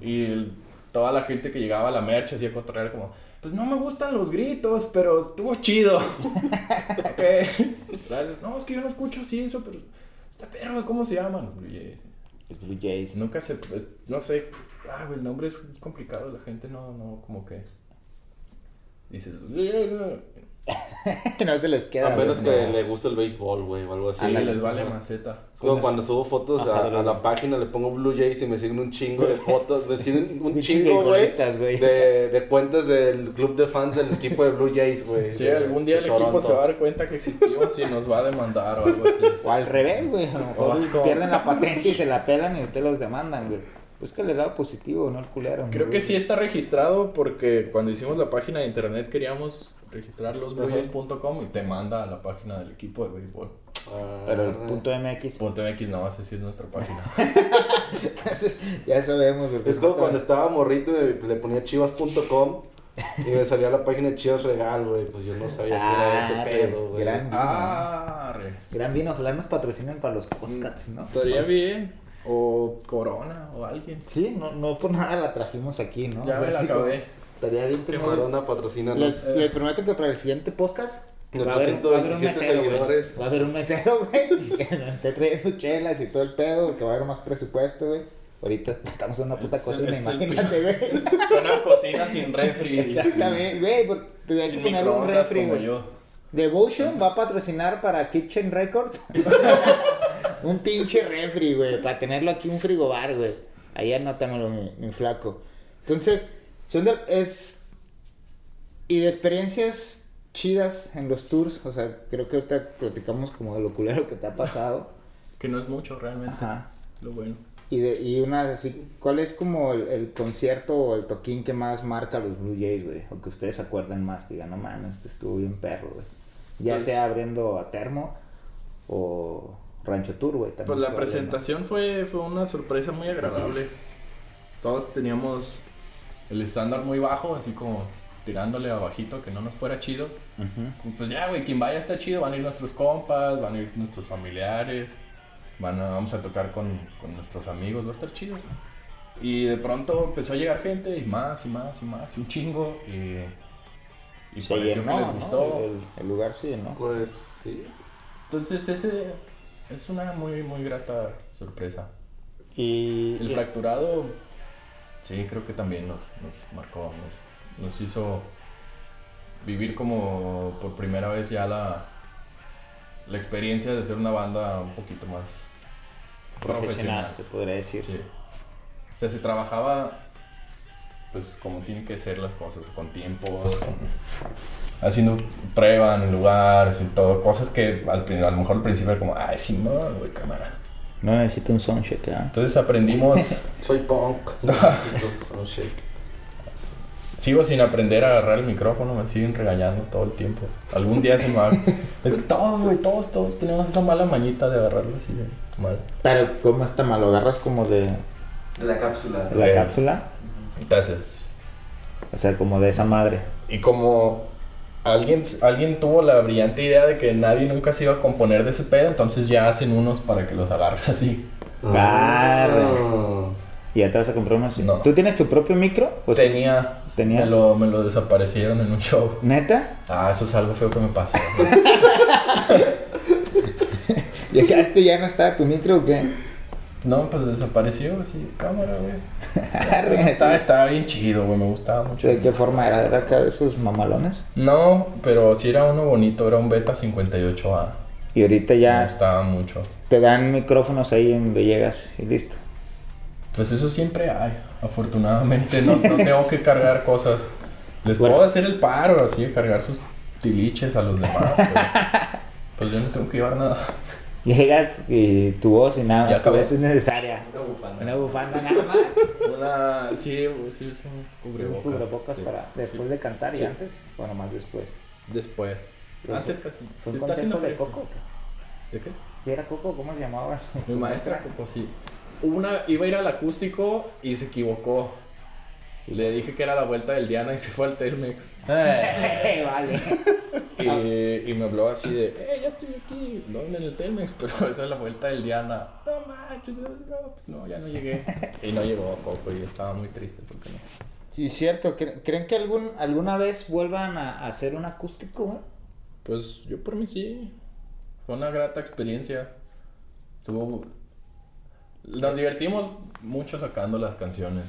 [SPEAKER 1] Y el- toda la gente que llegaba a la merch hacía contraer como, pues no me gustan los gritos, pero estuvo chido. ok. Gracias. No, es que yo no escucho así eso, pero está perro, ¿cómo se llaman? Los Blue Jays.
[SPEAKER 2] Los Blue Jays.
[SPEAKER 1] Nunca se, pues, no sé, ah, güey, el nombre es complicado, la gente no, no, como que... Dices, "Los Blue Jays", ¿no?
[SPEAKER 2] no se les queda.
[SPEAKER 5] A menos
[SPEAKER 2] güey,
[SPEAKER 5] que
[SPEAKER 2] no.
[SPEAKER 5] le guste el béisbol, güey, o algo así.
[SPEAKER 1] sí, les vale maceta.
[SPEAKER 5] Es como cuando subo fotos
[SPEAKER 2] Ajá,
[SPEAKER 5] a,
[SPEAKER 2] de
[SPEAKER 5] a
[SPEAKER 2] verdad.
[SPEAKER 5] la página, le pongo Blue Jays y me siguen un chingo de fotos. Me siguen un
[SPEAKER 2] Un
[SPEAKER 5] chingo, güey.
[SPEAKER 2] beisbolistas, güey.
[SPEAKER 5] De, de cuentas del club de fans del equipo de Blue Jays, güey.
[SPEAKER 1] Si
[SPEAKER 5] de-
[SPEAKER 1] algún día
[SPEAKER 5] de
[SPEAKER 1] el equipo
[SPEAKER 5] Toronto.
[SPEAKER 1] se va a dar cuenta que existimos y nos va a demandar o algo así.
[SPEAKER 2] O al revés, güey. A lo mejor
[SPEAKER 1] Vasco.
[SPEAKER 2] pierden la patente y se la pelan y ustedes los demandan, güey. Búscale el lado positivo, no el culero.
[SPEAKER 1] Creo
[SPEAKER 2] güey.
[SPEAKER 1] que sí está registrado porque cuando hicimos la página de internet queríamos registrar losbluejays.com y te manda a la página del equipo de béisbol.
[SPEAKER 5] Ah,
[SPEAKER 2] Pero el punto MX.
[SPEAKER 1] Punto MX no sé si es nuestra página.
[SPEAKER 2] Entonces, ya sabemos, güey. Ah,
[SPEAKER 5] Es como cuando estaba morrito y me- le ponía chivas.com y me salía la página de Chivas Regal, güey. Pues yo no sabía
[SPEAKER 2] Ah,
[SPEAKER 5] que era ese pedo, güey.
[SPEAKER 2] gran vino.
[SPEAKER 1] ah, re.
[SPEAKER 2] Gran vino, ojalá nos patrocinen para los podcasts, ¿no?
[SPEAKER 1] Estaría bien. O Corona o alguien.
[SPEAKER 2] Sí, no, no por nada la trajimos aquí, ¿no?
[SPEAKER 1] Ya me la
[SPEAKER 2] así como-
[SPEAKER 1] acabé.
[SPEAKER 2] Estaría bien tener-
[SPEAKER 5] Corona patrocina
[SPEAKER 2] Les, les prometo que para el siguiente podcast va a
[SPEAKER 5] Nuestros
[SPEAKER 2] haber, va a haber un
[SPEAKER 5] 127
[SPEAKER 2] mesero, güey.
[SPEAKER 5] seguidores.
[SPEAKER 2] Va a haber un mesero, güey, que nos esté trayendo chelas y todo el pedo, que va a haber más presupuesto, güey. Ahorita estamos en una puta
[SPEAKER 1] Es-
[SPEAKER 2] cocina,
[SPEAKER 1] es el-
[SPEAKER 2] imagínate, güey.
[SPEAKER 1] Una cocina sin refri.
[SPEAKER 2] Exactamente, güey, porque hay que
[SPEAKER 1] Sin
[SPEAKER 2] poner un
[SPEAKER 1] microondas
[SPEAKER 2] refri,
[SPEAKER 1] como
[SPEAKER 2] güey.
[SPEAKER 1] yo.
[SPEAKER 2] Devotion va a patrocinar para Kitchen Records un pinche refri, güey, para tenerlo aquí un frigobar, güey. Ahí anótamelo, mi, mi flaco. Entonces, son de- es... Y de experiencias chidas en los tours, o sea, creo que ahorita platicamos como de lo culero que te ha pasado.
[SPEAKER 1] Que no es mucho realmente.
[SPEAKER 2] Ajá.
[SPEAKER 1] Lo bueno.
[SPEAKER 2] Y, de, y una así, ¿cuál es como el, el concierto o el toquín que más marca a los Blue Jays, güey? O que ustedes se acuerdan más, que digan, no mames, este estuvo bien perro, güey. Ya
[SPEAKER 1] Pues-
[SPEAKER 2] sea abriendo a Termo o Rancho Tour, güey. también
[SPEAKER 1] Pues
[SPEAKER 2] se
[SPEAKER 1] la
[SPEAKER 2] vale, ¿no?
[SPEAKER 1] presentación fue, fue una sorpresa muy agradable. Todos teníamos el estándar muy bajo, así como tirándole abajito que no nos fuera chido.
[SPEAKER 2] Ujú.
[SPEAKER 1] Y Pues ya, güey, quien vaya está chido, van a ir nuestros compas, van a ir nuestros familiares, van a- vamos a tocar con, con nuestros amigos, va a estar chido. Y de pronto empezó a llegar gente y más y más y más, y un chingo. Y, Y
[SPEAKER 2] Se
[SPEAKER 1] pareció
[SPEAKER 2] llenó,
[SPEAKER 1] que les
[SPEAKER 2] ¿no?
[SPEAKER 1] gustó.
[SPEAKER 2] El, el lugar se llenó.
[SPEAKER 5] Pues sí.
[SPEAKER 1] Entonces, ese es una muy, muy grata sorpresa.
[SPEAKER 2] Y,
[SPEAKER 1] El
[SPEAKER 2] y-
[SPEAKER 1] fracturado, sí, creo que también nos, nos marcó, nos, nos hizo vivir como por primera vez ya la, la experiencia de ser una banda un poquito más
[SPEAKER 2] profesional, se podría decir.
[SPEAKER 1] Sí. O sea, se trabajaba pues como tienen que ser las cosas, con tiempos, con- haciendo prueba en el lugar, haciendo todo, cosas que al, pri- a lo mejor al principio era como, ay, sí, no, güey, cámara.
[SPEAKER 2] No necesito un soundcheck, ¿ah?
[SPEAKER 1] Entonces aprendimos,
[SPEAKER 5] Soy punk. No shake.
[SPEAKER 1] sigo sin aprender a agarrar el micrófono, me siguen regañando todo el tiempo. Algún día se me va... Es que todos, güey, todos, todos tenemos esa mala mañita de agarrarlo así de mal.
[SPEAKER 2] Pero, ¿cómo está mal? ¿Lo agarras como de
[SPEAKER 6] La cápsula.
[SPEAKER 2] la
[SPEAKER 1] Eh.
[SPEAKER 2] cápsula?
[SPEAKER 1] Entonces,
[SPEAKER 2] O sea, como de esa madre.
[SPEAKER 1] Y como alguien, alguien tuvo la brillante idea de que nadie nunca se iba a componer de ese pedo, entonces ya hacen unos para que los agarres así.
[SPEAKER 2] Barra.
[SPEAKER 5] Ah.
[SPEAKER 2] Y ya te vas a comprar uno así.
[SPEAKER 1] No.
[SPEAKER 2] ¿Tú tienes tu propio micro? Pues,
[SPEAKER 1] tenía,
[SPEAKER 2] tenía.
[SPEAKER 1] Me, lo, me lo desaparecieron en un show.
[SPEAKER 2] ¿Neta?
[SPEAKER 1] Ah, eso es algo feo que me pasó.
[SPEAKER 2] ¿Llegaste y ah, este ya no está tu micro o qué?
[SPEAKER 1] no, pues desapareció así, cámara, güey.
[SPEAKER 2] Arre, así.
[SPEAKER 1] Estaba, estaba bien chido, güey, me gustaba mucho.
[SPEAKER 2] ¿De qué forma era? ¿Era acá de esos mamalones?
[SPEAKER 1] No, pero sí era uno bonito, era un Beta 58A.
[SPEAKER 2] Y ahorita
[SPEAKER 1] Me
[SPEAKER 2] ya
[SPEAKER 1] gustaba mucho.
[SPEAKER 2] te dan micrófonos ahí en donde llegas y listo.
[SPEAKER 1] Pues eso siempre hay, afortunadamente. No, no tengo que cargar cosas. Les
[SPEAKER 2] Bueno.
[SPEAKER 1] puedo hacer el paro, así, de cargar sus tiliches a los demás. pero, pues yo no tengo que llevar nada.
[SPEAKER 2] Llegas y tu voz y nada,
[SPEAKER 1] Ya
[SPEAKER 2] tu
[SPEAKER 1] acabé.
[SPEAKER 2] voz es necesaria.
[SPEAKER 6] Una bufanda.
[SPEAKER 2] Una bufanda nada más.
[SPEAKER 1] Una. Sí, sí, es un
[SPEAKER 2] Un cubrebocas para después de cantar y antes, bueno, más después.
[SPEAKER 1] Después. Antes casi.
[SPEAKER 2] ¿Fue
[SPEAKER 1] Sí,
[SPEAKER 2] un
[SPEAKER 1] está haciendo
[SPEAKER 2] concierto de
[SPEAKER 1] fresco.
[SPEAKER 2] Coco? o qué?
[SPEAKER 1] ¿De qué?
[SPEAKER 2] ¿Sí era Coco? ¿Cómo se llamaba? su
[SPEAKER 1] Mi maestra,
[SPEAKER 2] maestra?
[SPEAKER 1] Coco, sí. Una, iba a ir al acústico y se equivocó. Le dije que era la vuelta del Diana y se fue al Telmex. Eh,
[SPEAKER 2] vale.
[SPEAKER 1] Y, y me habló así de, eh, ya estoy aquí, no en el Telmex, pero esa es la vuelta del Diana. No manches, no, no, pues no, ya no llegué. Y no llegó Coco y yo estaba muy triste porque no.
[SPEAKER 2] Sí, cierto. ¿Creen, creen que algún, alguna vez vuelvan a, a hacer un acústico, güey?
[SPEAKER 1] Pues yo por mí sí, fue una grata experiencia. Estuvo... Nos divertimos mucho sacando las canciones.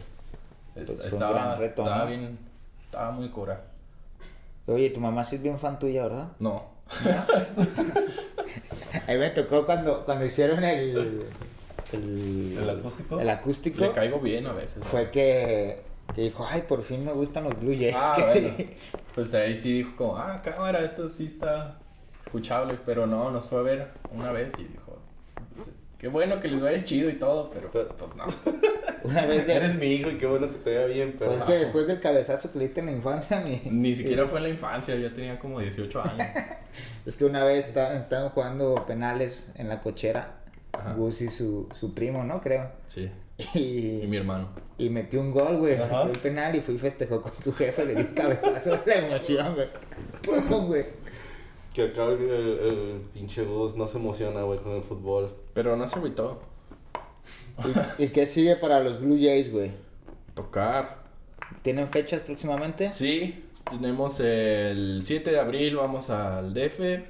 [SPEAKER 1] Es-
[SPEAKER 2] Pues fue un
[SPEAKER 1] estaba,
[SPEAKER 2] gran reto,
[SPEAKER 1] estaba
[SPEAKER 2] ¿no?
[SPEAKER 1] bien, estaba muy cura.
[SPEAKER 2] Oye, tu mamá sí es bien fan tuya, ¿verdad?
[SPEAKER 1] No,
[SPEAKER 2] Ahí me tocó cuando, cuando hicieron el. El,
[SPEAKER 3] ¿El acústico?
[SPEAKER 2] el acústico,
[SPEAKER 1] le caigo bien a veces.
[SPEAKER 2] Fue que, que dijo: Ay, por fin me gustan los Blue Jays.
[SPEAKER 1] Ah,
[SPEAKER 2] que-
[SPEAKER 1] bueno. Pues ahí sí dijo como, ah, cámara, esto sí está escuchable, pero no, nos fue a ver una vez y dijo, qué bueno que les vaya chido y todo, pero pues no.
[SPEAKER 2] Una vez de.
[SPEAKER 5] Eres mi hijo y qué bueno que te vea bien, pero.
[SPEAKER 2] Pues que después del cabezazo que le diste en la infancia, mi-
[SPEAKER 1] Ni siquiera fue en la infancia, ya tenía como 18 años.
[SPEAKER 2] es que una vez esta- estaban jugando penales en la cochera, Gus y su, su primo, ¿no? Creo.
[SPEAKER 1] Sí. Y
[SPEAKER 2] Y,
[SPEAKER 1] mi hermano.
[SPEAKER 2] y metió un gol, güey.
[SPEAKER 3] Ajá.
[SPEAKER 2] Metió el penal y fui y festejó con su jefe, le di un cabezazo de la emoción, güey. Pum, güey.
[SPEAKER 5] Que acá el, el- el pinche Gus no se emociona, güey, con el fútbol.
[SPEAKER 1] Pero no se agüitó.
[SPEAKER 2] ¿Y, y qué sigue para los Blue Jays, güey?
[SPEAKER 1] Tocar.
[SPEAKER 2] ¿Tienen fechas próximamente?
[SPEAKER 1] Sí, tenemos el 7 de abril, vamos al DF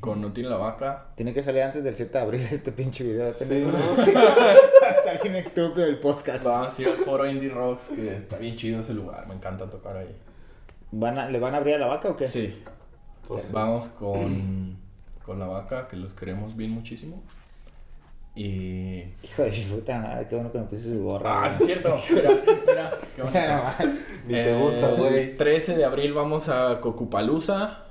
[SPEAKER 1] con No tiene la vaca.
[SPEAKER 2] Tiene que salir antes del 7 de abril este pinche video.
[SPEAKER 5] Sí,
[SPEAKER 2] Está
[SPEAKER 5] ¿no?
[SPEAKER 2] bien estúpido el podcast.
[SPEAKER 1] Vamos a ir al foro Indie Rocks, que está bien chido ese lugar, me encanta tocar ahí.
[SPEAKER 2] ¿Van a- ¿Le van a abrir a la vaca o qué?
[SPEAKER 1] Sí,
[SPEAKER 5] Pues,
[SPEAKER 1] Vamos con, con la vaca, que los queremos bien muchísimo. Y.
[SPEAKER 2] Hijo de puta madre, qué bueno que me puse su gorra.
[SPEAKER 1] Ah,
[SPEAKER 2] güey.
[SPEAKER 1] sí es cierto. Mira, mira, qué bonito.
[SPEAKER 2] Mira nomás.
[SPEAKER 5] Ni te gusta,
[SPEAKER 1] El
[SPEAKER 5] güey.
[SPEAKER 1] 13 de abril vamos a Cocupalusa.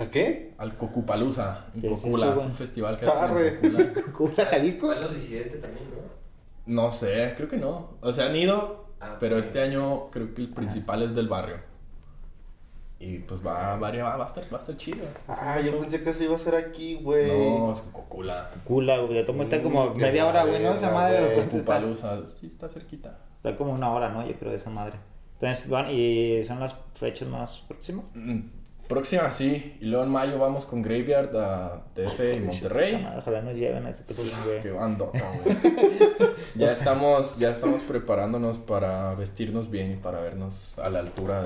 [SPEAKER 5] ¿A qué?
[SPEAKER 1] Al Cocupalusa, en
[SPEAKER 2] ¿Qué es eso,
[SPEAKER 1] Cocula. Es,
[SPEAKER 2] güey?
[SPEAKER 1] un festival que
[SPEAKER 5] Arre.
[SPEAKER 1] hacen en Cocula.
[SPEAKER 2] ¿Cubra Ah, Jalisco?
[SPEAKER 6] Van los disidentes también, ¿no?
[SPEAKER 1] No sé, creo que no. O sea, han ido,
[SPEAKER 6] Ah,
[SPEAKER 1] pero
[SPEAKER 6] ok.
[SPEAKER 1] este año creo que el principal es del barrio. Y pues va, varia- va, va, a, estar, va a estar chido. Es un
[SPEAKER 5] Ah, yo
[SPEAKER 1] show.
[SPEAKER 5] pensé que eso iba a ser aquí, güey.
[SPEAKER 1] No, es en Cocula.
[SPEAKER 2] Cula, güey. Tomo está como
[SPEAKER 5] Mm, qué
[SPEAKER 2] media hora, güey, ¿no? Esa
[SPEAKER 5] verga,
[SPEAKER 2] madre.
[SPEAKER 5] güey.
[SPEAKER 2] ¿cuánto está?
[SPEAKER 1] Cocupalusa, sí está cerquita.
[SPEAKER 2] Está como una hora, ¿no? Yo creo de esa madre. Entonces, van y son las fechas más próximas.
[SPEAKER 1] Mm, Próxima sí, y luego en mayo vamos con Graveyard a TF y
[SPEAKER 2] Puta
[SPEAKER 1] Monterrey.
[SPEAKER 2] madre, Ojalá nos lleven a ese tipo de
[SPEAKER 1] Qué
[SPEAKER 2] güey.
[SPEAKER 1] bandota, güey. ya estamos, ya estamos preparándonos para vestirnos bien y para vernos a la altura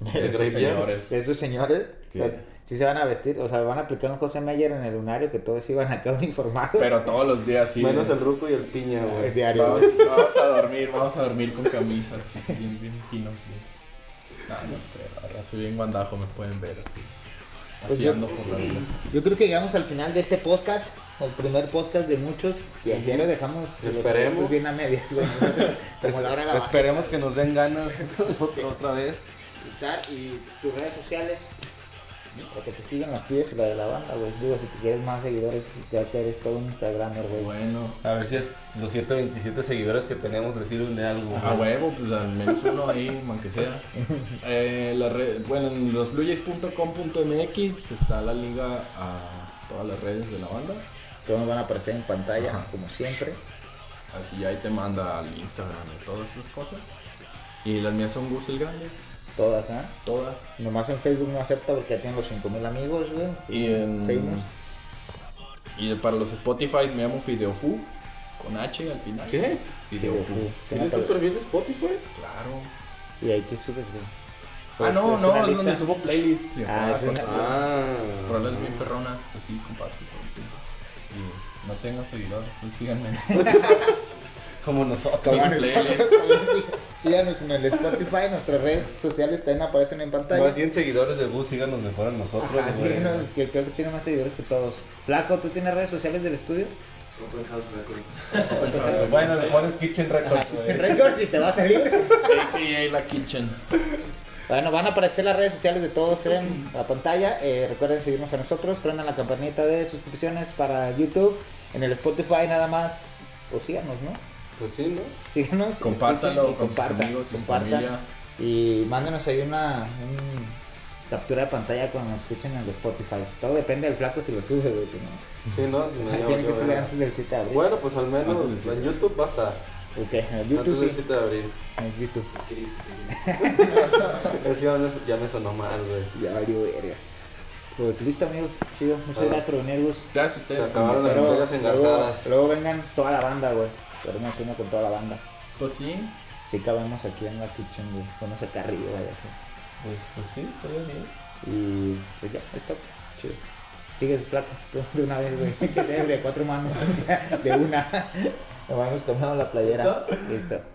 [SPEAKER 1] de, De esos
[SPEAKER 5] Grapia.
[SPEAKER 1] señores.
[SPEAKER 2] de esos señores. O sea,
[SPEAKER 1] ¿Qué?
[SPEAKER 2] sí se van a vestir, o sea, van a aplicar un José Meyer en el lunario que todos iban acá uniformados.
[SPEAKER 1] Pero todos los días sí.
[SPEAKER 5] Menos el ruco y el piña,
[SPEAKER 2] Ah,
[SPEAKER 5] güey.
[SPEAKER 2] diario.
[SPEAKER 1] Vamos, vamos a dormir, vamos a dormir con camisa. Bien, bien finos, güey. No, no creo. Ahora soy bien guandajo, me pueden ver así.
[SPEAKER 2] Pues
[SPEAKER 1] Así
[SPEAKER 2] yo-
[SPEAKER 1] ando por la vida.
[SPEAKER 2] Yo creo que llegamos al final de este podcast, el primer podcast de muchos, y aquí lo dejamos los
[SPEAKER 5] Esperemos.
[SPEAKER 2] proyectos bien a medias, güey. Nosotros, como la hora la baja,
[SPEAKER 3] Esperemos que nos den ganas otra, otra vez.
[SPEAKER 2] quitar, y tus redes sociales, para que te sigan las tuyas y la de la banda, güey. Digo, si te quieres más seguidores, ya que eres todo un Instagramer, güey.
[SPEAKER 1] Bueno.
[SPEAKER 3] A ver si los 127 seguidores que tenemos les sirven de algo.
[SPEAKER 1] A huevo, pues al menos uno ahí, aunque sea. Eh, la red- bueno, en losbluejays.com.mx está la liga a todas las redes de la banda.
[SPEAKER 2] Que nos van a aparecer en pantalla, como siempre.
[SPEAKER 1] Así ahí te manda al Instagram y todas esas cosas. Y las mías son Gus el Grande,
[SPEAKER 2] Todas, ¿ah?
[SPEAKER 1] todas.
[SPEAKER 2] Nomás en Facebook no acepta porque ya tienen los 5000 amigos, güey.
[SPEAKER 1] Y en.
[SPEAKER 2] Famous.
[SPEAKER 1] Y para los Spotify me llamo Fideofu, con H al final.
[SPEAKER 5] ¿Qué?
[SPEAKER 1] Fideofu.
[SPEAKER 5] ¿Tienes un perfil de Spotify?
[SPEAKER 1] Claro.
[SPEAKER 2] Y ahí te subes, güey.
[SPEAKER 1] ah,
[SPEAKER 2] Pues,
[SPEAKER 1] no,
[SPEAKER 2] es
[SPEAKER 1] no,
[SPEAKER 2] una
[SPEAKER 1] es
[SPEAKER 2] lista.
[SPEAKER 1] donde subo playlists. y
[SPEAKER 2] Ah, es
[SPEAKER 1] con-
[SPEAKER 2] una-
[SPEAKER 5] Ah.
[SPEAKER 1] rolas bien perronas, así comparto. con- Y no tengo seguidores, pues síganme.
[SPEAKER 3] Como nosotros.
[SPEAKER 1] Mis playlists.
[SPEAKER 2] Sí, Síganos en el Spotify, nuestras redes sociales también aparecen en pantalla.
[SPEAKER 3] Más 100 seguidores de Gus, síganos mejor a nosotros.
[SPEAKER 2] Ajá,
[SPEAKER 3] güey.
[SPEAKER 2] síguenos, que creo que tiene más seguidores que todos. Flaco, ¿tú tienes redes sociales del estudio?
[SPEAKER 6] Open House Records.
[SPEAKER 3] Bueno, le pones Kitchen
[SPEAKER 2] Ajá,
[SPEAKER 3] Records. güey.
[SPEAKER 2] Kitchen Records y te va a salir.
[SPEAKER 1] AKA La Kitchen.
[SPEAKER 2] Bueno, van a aparecer las redes sociales de todos en la pantalla. Eh, recuerden seguirnos a nosotros, prendan la campanita de suscripciones para YouTube. En el Spotify nada más, pues síganos, ¿no?
[SPEAKER 5] Pues sí, ¿no?
[SPEAKER 2] Síganos. escuchen
[SPEAKER 1] Compártalo
[SPEAKER 2] y
[SPEAKER 1] con sus
[SPEAKER 2] compartan,
[SPEAKER 1] amigos, su
[SPEAKER 2] compartan.
[SPEAKER 1] familia.
[SPEAKER 2] Y mándenos ahí una un captura de pantalla cuando nos escuchen en el Spotify. Todo depende del flaco si lo sube, güey. Si no,
[SPEAKER 5] Sí, ¿no? Si me
[SPEAKER 2] tiene que
[SPEAKER 5] llamo,
[SPEAKER 2] subir
[SPEAKER 5] yo,
[SPEAKER 2] antes del 7 de abril.
[SPEAKER 5] Bueno, pues al menos
[SPEAKER 1] Antes del
[SPEAKER 5] en YouTube basta.
[SPEAKER 2] Ok, en el
[SPEAKER 5] Antes
[SPEAKER 2] YouTube
[SPEAKER 5] del
[SPEAKER 2] sí.
[SPEAKER 5] 7 de abril.
[SPEAKER 2] En el YouTube.
[SPEAKER 6] ¿Qué dice?
[SPEAKER 5] Eso ya me, ya me sonó mal, güey.
[SPEAKER 2] Ya valió verga. Pues listo, amigos. Chido. Muchas
[SPEAKER 5] Ah.
[SPEAKER 2] gracias por venir, Gus.
[SPEAKER 1] Gracias a ustedes.
[SPEAKER 5] Se acabaron las
[SPEAKER 2] Pero
[SPEAKER 5] historias
[SPEAKER 2] luego,
[SPEAKER 5] engarzadas.
[SPEAKER 2] luego vengan toda la banda, güey. Seremos uno con toda la banda.
[SPEAKER 1] Pues sí.
[SPEAKER 2] Sí cabemos aquí en la kitchen, güey. Vamos acá arriba y así.
[SPEAKER 3] Pues, pues sí, estaría bien.
[SPEAKER 2] Y pues ya, está chido. Sigue el plato de una vez, güey. Que sea de cuatro manos, de una. Nos vamos comiendo la playera. ¿Listo?